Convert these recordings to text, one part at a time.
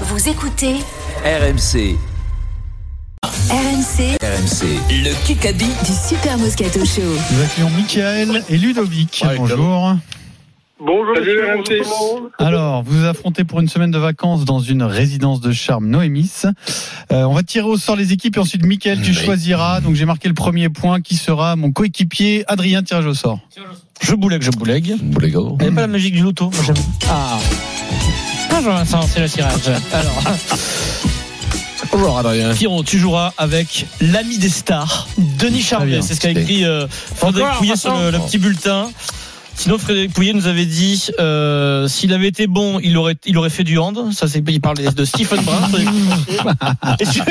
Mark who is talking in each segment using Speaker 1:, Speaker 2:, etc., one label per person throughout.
Speaker 1: Vous écoutez
Speaker 2: RMC,
Speaker 1: RMC
Speaker 2: RMC, le Kikadi.
Speaker 1: du Super Moscato Show.
Speaker 3: Nous accueillons Michael et Ludovic.
Speaker 4: Ouais,
Speaker 3: Bonjour.
Speaker 4: Bonjour
Speaker 5: Salut,
Speaker 4: monsieur,
Speaker 5: RMC.
Speaker 4: bonjour tout le monde.
Speaker 3: Alors, vous vous affrontez pour une semaine de vacances dans une résidence de charme Noémis. Euh, on va tirer au sort les équipes et ensuite Michael, tu choisiras. Donc j'ai marqué le premier point qui sera mon coéquipier Adrien tirage au sort.
Speaker 6: Je boulegue, je boulegue. Vous n'avez pas la magique du loto moi, j'aime. Ah. Bonjour Vincent, c'est le tirage. Alors.
Speaker 7: Bonjour Adrien.
Speaker 6: Pierrot, tu joueras avec l'ami des stars, Denis Charvet.
Speaker 3: bien.
Speaker 6: C'est ce qu'a écrit euh, Frédéric
Speaker 7: Encore,
Speaker 6: Pouillet sur le, le petit bulletin. Sinon, Frédéric Pouillet nous avait dit euh, s'il avait été bon, il aurait, il aurait fait du hand. Ça, c'est il parle de Stephen Brun. et sur,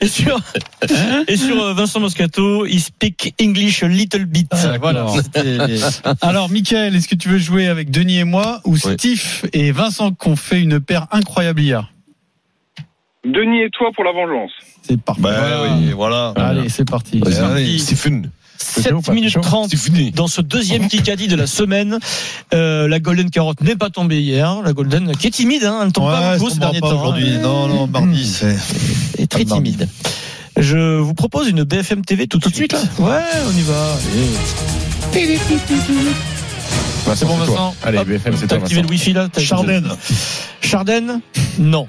Speaker 6: et sur, et sur, euh, Vincent Moscato, il speak English a little
Speaker 7: Ah,
Speaker 6: bit. Ah, voilà. C'était-
Speaker 3: Alors Michael, est-ce que tu veux jouer avec Denis et moi ou
Speaker 7: Oui.
Speaker 3: Steve et Vincent qui ont fait une paire incroyable hier
Speaker 4: Denis et toi pour la vengeance.
Speaker 3: C'est parti.
Speaker 7: Bah oui, voilà.
Speaker 3: Allez, c'est parti. Euh,
Speaker 7: Vas-y,
Speaker 6: parti.
Speaker 7: allez, C'est fun. C'est chaud ou
Speaker 6: 7
Speaker 7: pas
Speaker 6: minutes
Speaker 7: C'est chaud
Speaker 6: 30
Speaker 7: C'est fini.
Speaker 6: dans ce deuxième Kikadi de la semaine. Euh, la Golden Carotte n'est pas tombée hier. La Golden qui est timide, hein, elle ne tombe pas beaucoup ces derniers temps. hein.
Speaker 7: Non, non, mardi, c'est.
Speaker 6: Elle est très
Speaker 7: Pas de mardi.
Speaker 6: timide. Je vous propose une BFM TV tout, de suite. Ouais, Eh, on y va.
Speaker 3: Euh,
Speaker 7: C'est bon, Vincent. Allez,
Speaker 6: Hop,
Speaker 7: BFM, c'est
Speaker 6: T'as
Speaker 7: toi.
Speaker 6: activé le wifi là t'as-
Speaker 7: Chardenne.
Speaker 6: Chardenne Non.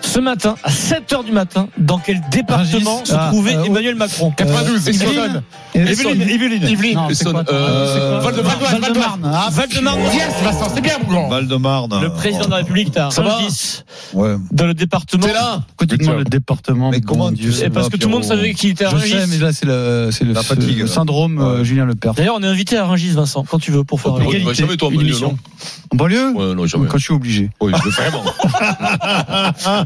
Speaker 6: Ce matin, à 7h du matin, dans quel département
Speaker 3: Rungis.
Speaker 6: se
Speaker 3: Ah,
Speaker 6: trouvait
Speaker 3: euh,
Speaker 6: Emmanuel Macron
Speaker 7: 92,
Speaker 3: Yveline.
Speaker 7: Essonne.
Speaker 3: Essonne.
Speaker 7: Yveline.
Speaker 3: Non, c'est
Speaker 7: Essonne.
Speaker 3: quoi, toi
Speaker 7: euh,
Speaker 3: C'est quoi
Speaker 7: Val-de-Marne.
Speaker 3: Val-de-Marne. Ah,
Speaker 6: Val-de-Marne.
Speaker 7: Vincent, c'est bien, Bougon. Val-de-Marne.
Speaker 6: Le président de la République, t'as
Speaker 7: Ça va
Speaker 6: Rungis,
Speaker 7: Ouais.
Speaker 6: dans le département.
Speaker 7: T'es là
Speaker 3: Pourquoi tu demandes le département
Speaker 7: Mais
Speaker 3: Bon
Speaker 7: comment tu
Speaker 3: Dieu.
Speaker 7: sais
Speaker 6: Et parce que tout le monde savait qu'il était à
Speaker 3: Je sais, mais
Speaker 6: Rungis.
Speaker 3: là, c'est le, c'est le,
Speaker 7: La fatigue,
Speaker 3: le
Speaker 7: là.
Speaker 3: syndrome euh, Julien Lepers.
Speaker 6: D'ailleurs, on est invité à Rungis, Vincent, quand tu veux, pour faire
Speaker 3: Oh,
Speaker 6: une
Speaker 3: bah, jamais,
Speaker 7: toi,
Speaker 6: une émission.
Speaker 3: En banlieue
Speaker 7: Ouais, non,
Speaker 3: Quand je suis obligé.
Speaker 7: Oui, vraiment.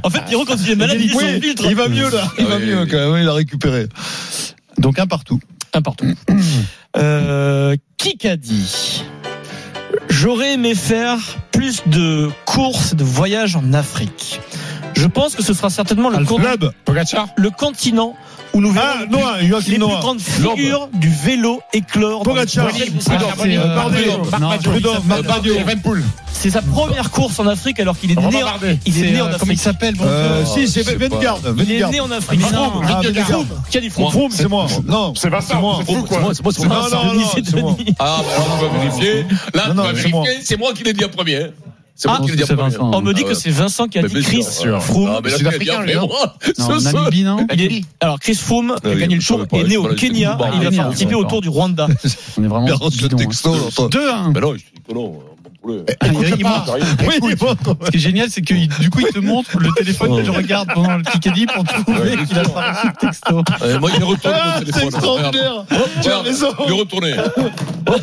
Speaker 6: En fait, Pierrot, quand il est malade, il est sans filtre.
Speaker 7: va mieux, là. Il va mieux, quand même. Il a récupéré.
Speaker 3: Donc, un partout.
Speaker 6: Important. Euh, qui qu'a dit J'aurais aimé faire plus de courses et de voyages en Afrique. Je pense que ce sera certainement le, con-
Speaker 7: Club. Pogacar.
Speaker 6: le continent où nous verrons
Speaker 7: Ah,
Speaker 6: les plus-
Speaker 7: Noah, Joachim
Speaker 6: les plus
Speaker 7: Noah.
Speaker 6: grandes figures du vélo éclore. dans
Speaker 7: Pogacar.
Speaker 6: le domaine-
Speaker 7: Prudhomme,
Speaker 6: Alors, c'est, euh,
Speaker 7: Bardet,
Speaker 6: Prudhomme.
Speaker 3: non,
Speaker 7: Prudhomme, Bardio. Red Bull.
Speaker 6: C'est sa première course en Afrique alors qu'il est né en- il est
Speaker 3: C'est,
Speaker 6: né
Speaker 3: euh,
Speaker 6: en
Speaker 3: comment il
Speaker 6: Afrique.
Speaker 3: s'appelle bon,
Speaker 7: Euh,
Speaker 3: euh,
Speaker 7: si, c'est Vendegarde.
Speaker 6: Il est né en Afrique.
Speaker 3: Ah,
Speaker 6: Non.
Speaker 3: Froome.
Speaker 6: Ah,
Speaker 7: Vingegaard.
Speaker 6: Froome. Qui a dit Froome
Speaker 7: Froome, c'est moi. Non, c'est Vincent. Moi. C'est moi. C'est moi. C'est moi.
Speaker 6: C'est Denis, c'est Denis.
Speaker 8: Ah, bah, on va vérifier. Là,
Speaker 7: Non, non,
Speaker 8: on va
Speaker 7: c'est moi.
Speaker 8: vérifier. C'est moi qui l'ai dit en premier. hein. C'est
Speaker 3: je
Speaker 8: moi
Speaker 3: pense
Speaker 8: qui l'ai dit
Speaker 3: que
Speaker 8: en
Speaker 3: c'est
Speaker 8: premier.
Speaker 3: Vincent.
Speaker 6: On me dit
Speaker 8: Ah
Speaker 6: que
Speaker 8: ouais.
Speaker 6: c'est Vincent qui a
Speaker 8: Mais
Speaker 6: dit
Speaker 8: bien
Speaker 6: Chris
Speaker 8: sûr.
Speaker 6: Froome.
Speaker 8: Ah, mais là, c'est bien après
Speaker 3: hein.
Speaker 8: moi.
Speaker 3: Non,
Speaker 8: Ce soir.
Speaker 3: Namibie, non
Speaker 6: Il est- alors Chris Froome
Speaker 7: Ah
Speaker 6: a
Speaker 7: oui,
Speaker 6: gagné le
Speaker 7: je
Speaker 6: tour
Speaker 7: savais pas,
Speaker 6: et est
Speaker 7: je
Speaker 6: né
Speaker 7: savais
Speaker 6: au
Speaker 7: pas, je
Speaker 6: Kenya.
Speaker 7: savais pas.
Speaker 6: Il va
Speaker 3: Kenya,
Speaker 6: participer au
Speaker 3: d'accord.
Speaker 6: tour du Rwanda.
Speaker 3: On est vraiment
Speaker 7: Regarde le
Speaker 3: bidon, hein.
Speaker 7: texto, l'entend.
Speaker 3: 2-1.
Speaker 8: Mais non, je suis colon. mon poulet.
Speaker 3: Ah, il- il montre.
Speaker 7: Oui, il montre.
Speaker 3: Ce qui est génial, c'est que il- du coup, il te montre le téléphone que je regarde pendant le Kikadi pour trouver qu'il a pas reçu le texto.
Speaker 8: Euh, Moi, il est retourné
Speaker 7: Ah,
Speaker 8: mon téléphone. Regarde.
Speaker 7: Tu as
Speaker 8: Regarde,
Speaker 7: raison.
Speaker 8: Il est retourné.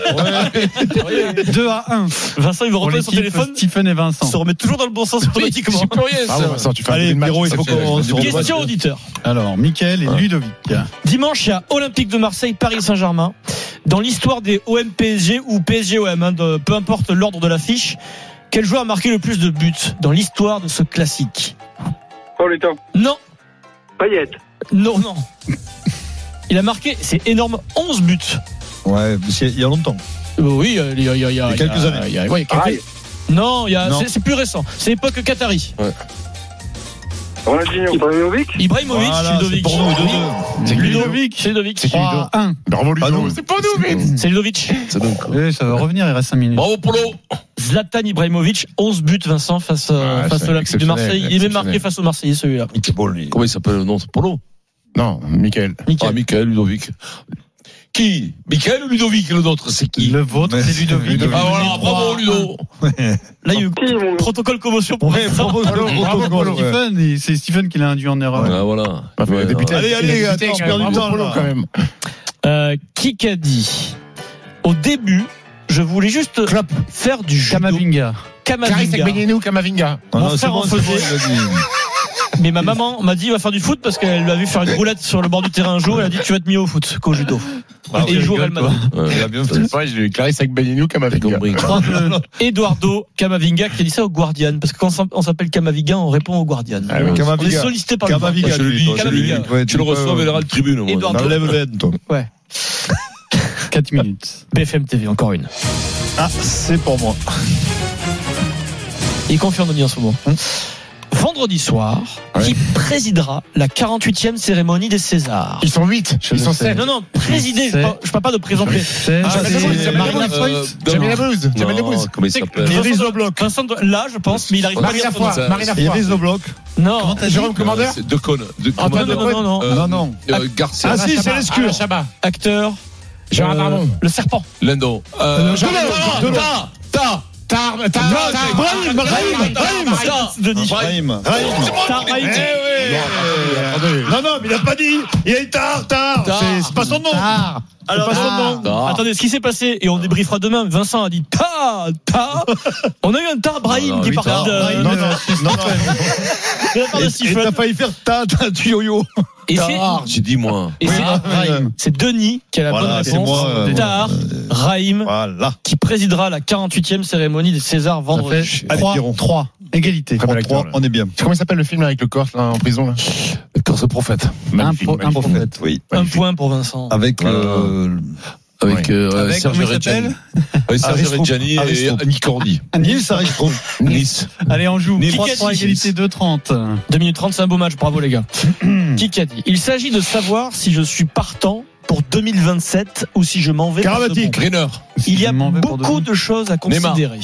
Speaker 3: 2 à 1.
Speaker 6: Vincent, il va
Speaker 3: Pour
Speaker 6: reprendre son
Speaker 3: l'équipe
Speaker 6: téléphone.
Speaker 3: Stephen et Vincent.
Speaker 6: Se remet toujours dans le bon sens automatiquement.
Speaker 8: C'est plus rien, ça.
Speaker 7: Vincent, tu fais
Speaker 6: Allez, Pierrot,
Speaker 7: Miro,
Speaker 6: il faut
Speaker 7: qu'on
Speaker 6: Question auditeur.
Speaker 3: Alors, Michael et Ludovic.
Speaker 6: Dimanche, il y a Olympique de Marseille, Paris Saint-Germain. Dans l'histoire des OM PSG ou PSG OM, hein, de- peu importe l'ordre de l'affiche, quel joueur a marqué le plus de buts dans l'histoire de ce classique
Speaker 4: Oh les temps.
Speaker 6: Non,
Speaker 4: Payette.
Speaker 6: non, non. Il a marqué, c'est énorme, 11 buts.
Speaker 7: Ouais, mais c'est- il y a longtemps.
Speaker 6: Euh, Oui, il y a,
Speaker 7: Ah, Il y a quelques années.
Speaker 4: Aïe.
Speaker 6: Non, il y a-
Speaker 7: Non.
Speaker 6: c'est- c'est plus récent. C'est l'époque Qatari.
Speaker 4: Ronaldinho. Ibrahimovic.
Speaker 6: Ibrahimovic,
Speaker 7: Voilà, c'est
Speaker 6: Ludovic.
Speaker 7: pour nous, deux, deux.
Speaker 6: C'est Ludovic. C'est Ludovic. Ah.
Speaker 3: 3 à 1.
Speaker 7: Bravo, Ludo.
Speaker 8: C'est pas nous, mais.
Speaker 6: C'est Ludovic.
Speaker 8: C'est donc.
Speaker 3: Oui, ça va revenir, il reste 5 minutes.
Speaker 8: Bravo, Polo.
Speaker 6: Zlatan Ibrahimovic, 11 buts, Vincent, face, euh,
Speaker 7: Ouais,
Speaker 6: face
Speaker 7: c'est
Speaker 6: à l'Olympique de Marseille. Il est
Speaker 7: exceptionnel.
Speaker 6: marqué face aux Marseillais, celui-là.
Speaker 7: Il est bon, lui.
Speaker 8: Comment il s'appelle Non, c'est Polo.
Speaker 7: Non, Oh, Michael.
Speaker 6: Nickel.
Speaker 8: Ah, Michael Ludovic.
Speaker 7: Euh,
Speaker 8: Qui Michael ou Ludovic Le nôtre, c'est qui
Speaker 3: Le vôtre,
Speaker 7: Mais-
Speaker 3: c'est Ludovic.
Speaker 8: Ah,
Speaker 7: Ludovic.
Speaker 8: voilà, bravo, Ludo.
Speaker 6: Là, il y a eu
Speaker 4: Qui, mon gars
Speaker 6: protocole commotion pour
Speaker 7: Ouais,
Speaker 6: Vincent.
Speaker 7: bravo, Polo. Bravo, Polo. ouais.
Speaker 3: Stephen, et c'est Stephen qui l'a induit en erreur.
Speaker 8: Ah, voilà. Ouais,
Speaker 7: Député.
Speaker 8: ouais.
Speaker 7: Allez, allez, attends, on perd du temps, là.
Speaker 6: Euh, qui qu'a dit Au début, je voulais juste faire du judo.
Speaker 3: Kamavinga.
Speaker 6: Kamavinga.
Speaker 7: Ah,
Speaker 6: Mon
Speaker 7: non, c'est
Speaker 6: frère
Speaker 7: bon,
Speaker 6: en
Speaker 7: c'est bon,
Speaker 6: faisait.
Speaker 7: il a dit.
Speaker 6: Mais ma maman m'a dit, va faire du foot parce qu'elle l'a vu faire une roulette sur le bord du terrain un jour. Elle a dit, tu vas te mis au foot qu'au judo.
Speaker 7: Ah,
Speaker 6: Et il joue au
Speaker 7: rigole,
Speaker 6: Real Madrid.
Speaker 8: Ouais.
Speaker 7: Il a bien fait.
Speaker 8: T'as compris.
Speaker 6: Eduardo Camavinga qui a dit ça au Guardian parce que quand on s'appelle Camavinga on répond au Guardian
Speaker 7: Ah oui.
Speaker 6: on est
Speaker 7: Camavinga.
Speaker 6: sollicité par le
Speaker 7: Camavinga,
Speaker 6: Guardian.
Speaker 7: lui,
Speaker 8: Celui-
Speaker 7: toi,
Speaker 6: Camavinga.
Speaker 7: celui- ouais,
Speaker 8: Tu le
Speaker 7: dis pas,
Speaker 8: reçois,
Speaker 7: euh,
Speaker 8: verra le tribune. moi.
Speaker 6: Edouard.
Speaker 7: Enlève le N, toi.
Speaker 3: 4 minutes.
Speaker 6: BFM TV encore une
Speaker 7: Ah, c'est pour moi.
Speaker 3: Hein
Speaker 6: il confie en Denis en ce moment vendredi soir
Speaker 7: Ouais.
Speaker 6: qui présidera la 48e cérémonie des Césars.
Speaker 7: Ils sont 8,
Speaker 3: Je
Speaker 7: ils
Speaker 3: le
Speaker 7: sont
Speaker 3: sais.
Speaker 7: 7.
Speaker 6: Non, non, présider, je
Speaker 3: C'est-
Speaker 6: parle- je parle pas de présenter.
Speaker 3: C'est
Speaker 7: Ah,
Speaker 3: c'est-
Speaker 7: c'est-
Speaker 3: c'est- Marina
Speaker 7: euh,
Speaker 3: Foïs.
Speaker 7: Jamila Bouze, Jamila Bouze.
Speaker 8: Non, comment il s'appelle
Speaker 6: Vincent doit- Vincent doit- là, je pense, mais il arrive pas à
Speaker 7: Marina
Speaker 6: dire son nom.
Speaker 7: Foix, Marina
Speaker 3: Et
Speaker 7: Foix.
Speaker 3: Riz au bloc.
Speaker 6: Non,
Speaker 7: Jérôme Commander
Speaker 8: Ah, C'est De Cône. De
Speaker 6: non,
Speaker 7: Antoine
Speaker 8: Commander.
Speaker 6: non, non, non,
Speaker 8: Euh,
Speaker 3: Non, non.
Speaker 8: euh, Garcia.
Speaker 7: Ah, si, c'est l'escure.
Speaker 6: acteur.
Speaker 7: Gérard
Speaker 6: euh,
Speaker 7: Darmon.
Speaker 6: Le serpent.
Speaker 8: Lindon. Euh,
Speaker 7: Jean-
Speaker 8: Delon.
Speaker 7: Delon.
Speaker 8: Ta, ta,
Speaker 7: Tar, tar, tar,
Speaker 8: Non, c'est
Speaker 7: Brahim, Brahim, Brahim.
Speaker 6: Ça, Denis.
Speaker 3: Brahim.
Speaker 6: Ça,
Speaker 7: Eh
Speaker 6: Haïti.
Speaker 7: oui. Non, non, mais il a pas dit. Il a dit tar, tar.
Speaker 8: Tar.
Speaker 7: C'est- C'est pas son nom.
Speaker 6: Alors,
Speaker 7: pas son
Speaker 6: attends,
Speaker 8: nom.
Speaker 6: attendez, ce qui s'est passé,
Speaker 3: Ah.
Speaker 6: et on débriefera demain, Vincent a dit ta, ta. On a eu un ta Brahim
Speaker 8: Non, non,
Speaker 6: qui est
Speaker 8: oui,
Speaker 6: parti
Speaker 8: ta,
Speaker 6: de,
Speaker 3: Brahim. Ah
Speaker 6: de
Speaker 3: Non, non, non, non.
Speaker 6: la part de
Speaker 3: Et- Et
Speaker 6: Stephen.
Speaker 3: t'as failli faire ta, ta, tu yo-yo.
Speaker 6: Et c'est-
Speaker 8: ta. J'ai dit moi.
Speaker 6: et c'est-
Speaker 3: Ah, Brahim.
Speaker 6: c'est Denis qui a la
Speaker 3: Voilà,
Speaker 6: bonne
Speaker 3: c'est
Speaker 6: réponse.
Speaker 3: moi, euh,
Speaker 6: Tahar
Speaker 3: moi.
Speaker 6: Brahim
Speaker 3: Voilà.
Speaker 6: qui présidera la 48e cérémonie des Césars
Speaker 3: Ça
Speaker 6: vendredi.
Speaker 3: fait
Speaker 7: Allez,
Speaker 3: 3,
Speaker 7: Pierrot.
Speaker 3: 3. Égalité.
Speaker 7: Très bel acteur,
Speaker 3: 3,
Speaker 7: là.
Speaker 3: on est bien.
Speaker 7: Comment il s'appelle le film là, avec le corse là, en prison là
Speaker 8: Le Corse prophète.
Speaker 7: Magnifique,
Speaker 3: pro- un
Speaker 7: magnifique.
Speaker 3: prophète, oui.
Speaker 6: Un point pour Vincent.
Speaker 3: Avec euh,
Speaker 8: Avec, euh,
Speaker 3: Avec,
Speaker 8: Serge
Speaker 3: comment il
Speaker 8: Reggiani.
Speaker 3: s'appelle
Speaker 8: Avec Serge
Speaker 3: Aristote.
Speaker 7: euh,
Speaker 8: Reggiani et
Speaker 3: Aristote.
Speaker 8: Annie Cordy.
Speaker 3: Nils Aristote.
Speaker 8: Nice.
Speaker 3: Allez, on joue.
Speaker 8: Nils.
Speaker 3: 3, 3, égalité 2, 30.
Speaker 6: 2 minutes 30, c'est un beau match, bravo les gars. Qui qu'a dit Il s'agit de savoir si je suis partant pour 2027 ou si je m'en vais. par ce
Speaker 7: Karabatic.
Speaker 6: monde.
Speaker 8: Greener.
Speaker 6: Il y a
Speaker 3: Je m'en vais pour
Speaker 6: beaucoup de choses à
Speaker 8: Neymar.
Speaker 6: considérer.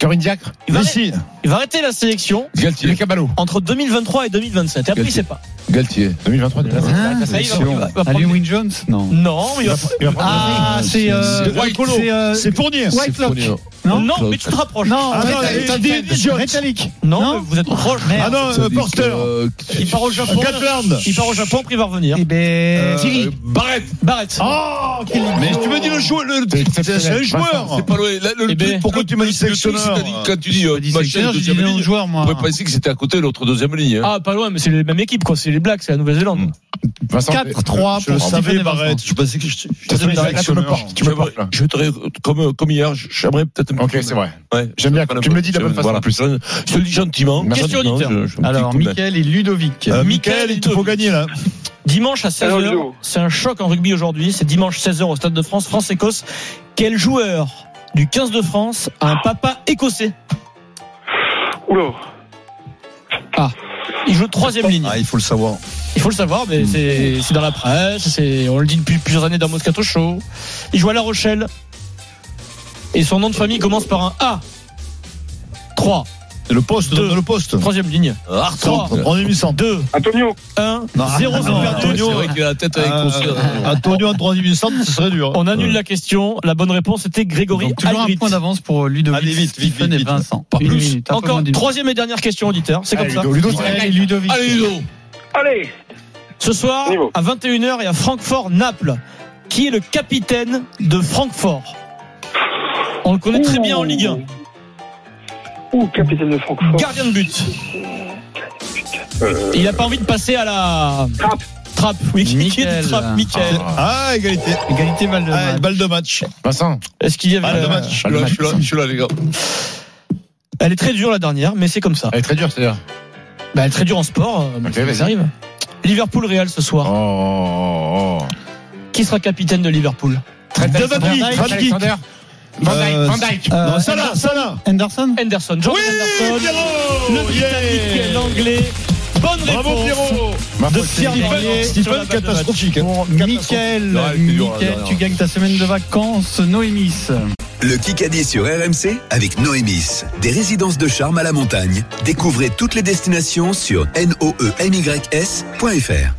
Speaker 7: Corinne Diacre
Speaker 6: Il va,
Speaker 3: Messi.
Speaker 6: il va arrêter la sélection
Speaker 8: Galtier.
Speaker 7: Les Caballo.
Speaker 6: entre 2023 et 2027. Et après, il sait pas.
Speaker 8: Galtier.
Speaker 7: 2023, déjà.
Speaker 3: Ah,
Speaker 6: ça y est, il va- il va- il va prendre-
Speaker 3: Alun Jones Non.
Speaker 6: Non, mais il va-
Speaker 3: Ah, c'est. euh,
Speaker 8: C'est White.
Speaker 3: Colo. C'est euh,
Speaker 7: C'est Fournier.
Speaker 3: White
Speaker 8: C'est Fournier.
Speaker 3: Lock. Non
Speaker 6: non,
Speaker 8: Claude.
Speaker 6: mais tu te rapproches.
Speaker 3: Non,
Speaker 7: Ah, non,
Speaker 3: Retallick.
Speaker 7: t'as dit
Speaker 3: Retallick.
Speaker 6: Non,
Speaker 3: Non. Ah,
Speaker 6: vous êtes proche.
Speaker 7: Ah non,
Speaker 8: Ça
Speaker 7: euh,
Speaker 8: dit
Speaker 7: Porter.
Speaker 8: que, euh,
Speaker 6: Il part au Japon.
Speaker 7: Gatland.
Speaker 6: Il part au Japon, puis il va revenir.
Speaker 3: Eh ben.
Speaker 8: Euh, Ah. Barrett.
Speaker 6: Barrett.
Speaker 7: Oh, quel
Speaker 3: euh,
Speaker 8: Mais tu me dis le joueur, le c'est
Speaker 7: C'est
Speaker 8: un
Speaker 7: exceptionnel,
Speaker 8: joueur.
Speaker 7: Vincent.
Speaker 3: Ah.
Speaker 8: C'est pas le, la- le,
Speaker 6: Eh
Speaker 8: le
Speaker 6: ben,
Speaker 8: truc, pourquoi
Speaker 7: l'autre,
Speaker 8: tu
Speaker 7: il m'a
Speaker 8: m'as
Speaker 7: dit
Speaker 8: dit
Speaker 7: sélectionneur.
Speaker 8: Quand tu dis euh,
Speaker 3: Je dis
Speaker 8: Machel,
Speaker 3: secteur, je dis
Speaker 8: deuxième
Speaker 3: nom de
Speaker 8: ligne,
Speaker 3: joueur,
Speaker 8: on
Speaker 3: moi.
Speaker 8: pourrait penser que c'était à côté l'autre deuxième ligne. hein.
Speaker 6: Ah, pas loin, mais c'est les mêmes équipes, quoi. C'est les Blacks, c'est la
Speaker 8: Hmm.
Speaker 6: Nouvelle-Zélande.
Speaker 7: Vincent,
Speaker 3: 4-3
Speaker 7: je le
Speaker 3: pour
Speaker 7: savais,
Speaker 3: Stephen
Speaker 7: Barrett.
Speaker 3: Everson.
Speaker 8: Je pensais que je- je-
Speaker 7: Tu me portes, tu me portes, tu me
Speaker 8: J'aimerais-
Speaker 7: portes là.
Speaker 8: Je voudrais, comme, euh, comme hier, j'aimerais peut-être. me
Speaker 7: euh, Ok,
Speaker 8: prendre-
Speaker 7: c'est vrai.
Speaker 8: Ouais,
Speaker 7: J'aime bien.
Speaker 8: Voilà,
Speaker 7: Tu me le dis de la
Speaker 8: je-
Speaker 7: bonne façon,
Speaker 8: voilà.
Speaker 7: en plus.
Speaker 8: Je te le dis gentiment.
Speaker 7: Merci.
Speaker 8: Question
Speaker 6: Question
Speaker 8: auditeur.
Speaker 3: Alors, Mickaël et Ludovic.
Speaker 7: Euh,
Speaker 6: Michael,
Speaker 7: Michael, il te faut gagner là.
Speaker 6: Dimanche à
Speaker 4: Alors,
Speaker 6: 16h.
Speaker 4: Ludo.
Speaker 6: C'est un choc en rugby aujourd'hui. C'est dimanche 16h au Stade de France, France-Écosse. Quel joueur du 15 de France a un papa écossais
Speaker 4: Oula.
Speaker 6: Il joue troisième ligne.
Speaker 3: Ah, il faut le savoir.
Speaker 6: Il faut le savoir, mais
Speaker 8: Hmm.
Speaker 6: c'est c'est dans la presse. c'est- On le dit depuis plusieurs années dans Moscato Show. Il joue à La Rochelle. Et son nom de famille commence par un A. 3.
Speaker 3: Le poste,
Speaker 6: Deux.
Speaker 3: donne le poste.
Speaker 8: Hmm.
Speaker 6: Troisième ligne.
Speaker 7: Euh,
Speaker 8: Arthur.
Speaker 3: On est 800.
Speaker 6: 2,
Speaker 4: Antonio.
Speaker 6: 1,
Speaker 3: Non,
Speaker 6: 0,
Speaker 3: non,
Speaker 6: 0.
Speaker 3: non,
Speaker 8: Ah, Ouais, C'est vrai qu'il a la tête avec
Speaker 7: Ah,
Speaker 3: Euh,
Speaker 8: conscience.
Speaker 3: Antonio en 3800, ce serait dur.
Speaker 6: On annule la question. La bonne réponse était Grégory
Speaker 3: Donc, toujours
Speaker 6: Aldrit.
Speaker 3: un point d'avance pour euh, Ludovic,
Speaker 8: Allez, vite, vite,
Speaker 3: Stephen
Speaker 8: vite,
Speaker 3: et
Speaker 8: vite.
Speaker 3: Vincent.
Speaker 8: Pas
Speaker 3: Une
Speaker 8: plus.
Speaker 3: minute, un peu moins
Speaker 6: Encore
Speaker 3: d'une
Speaker 6: troisième et dernière question auditeur. C'est comme ça.
Speaker 7: Ah, Ludo,
Speaker 3: minute.
Speaker 7: c'est
Speaker 3: Allez, Ludovic.
Speaker 8: Allez, Ludo.
Speaker 4: Allez.
Speaker 6: Ce soir,
Speaker 4: Niveau.
Speaker 6: à 21h et à Francfort-Naples, qui est le capitaine de Francfort On le connaît très bien en Ligue 1.
Speaker 4: Ouh, capitaine de Francfort.
Speaker 6: Gardien de but. Il n'a pas envie de passer à la.
Speaker 4: Trappe.
Speaker 6: Trappe, oui. qui dit
Speaker 3: Michael.
Speaker 6: Trappe, Michael.
Speaker 3: Ah, égalité. Égalité, balle de
Speaker 7: Ah,
Speaker 3: match.
Speaker 7: balle de match. Vincent.
Speaker 6: Est-ce qu'il y
Speaker 3: Ah,
Speaker 6: avait.
Speaker 7: Balle de
Speaker 6: euh,
Speaker 7: match.
Speaker 8: Je suis là, je suis là, je suis là, les gars.
Speaker 6: Elle est très dure la dernière, mais c'est comme ça.
Speaker 7: Elle est très dure, c'est-à-dire.
Speaker 6: Bah, elle est très dure en sport. euh, mais
Speaker 7: vas-y.
Speaker 6: ça arrive. Liverpool-Real ce soir.
Speaker 7: Oh.
Speaker 6: Qui sera capitaine de Liverpool
Speaker 7: Trent
Speaker 3: Van Dijk,
Speaker 7: Alexander. Trent Alexander. Van Dijk,
Speaker 3: Euh,
Speaker 7: Van Dijk.
Speaker 3: euh,
Speaker 7: Non, Salah, Salah.
Speaker 3: Anderson
Speaker 6: Anderson, Jordan Henderson, le
Speaker 7: Pierrot
Speaker 6: Britannique,
Speaker 7: Yeah.
Speaker 6: l'Anglais. Bonne
Speaker 7: Bravo,
Speaker 6: réponse
Speaker 7: Pierrot
Speaker 6: de Pierre Barnier sur la
Speaker 7: Stephen,
Speaker 6: balle de match.
Speaker 7: catastrophique. hein.
Speaker 3: Pour Mickaël,
Speaker 8: Ouais, elle était dure, la
Speaker 3: Mickaël,
Speaker 8: dernière.
Speaker 3: tu gagnes ta semaine de vacances, Noémis.
Speaker 2: Le Kikadi sur RMC avec Noémis. Des résidences de E charme à la montagne. Découvrez toutes les destinations sur noemys.fr.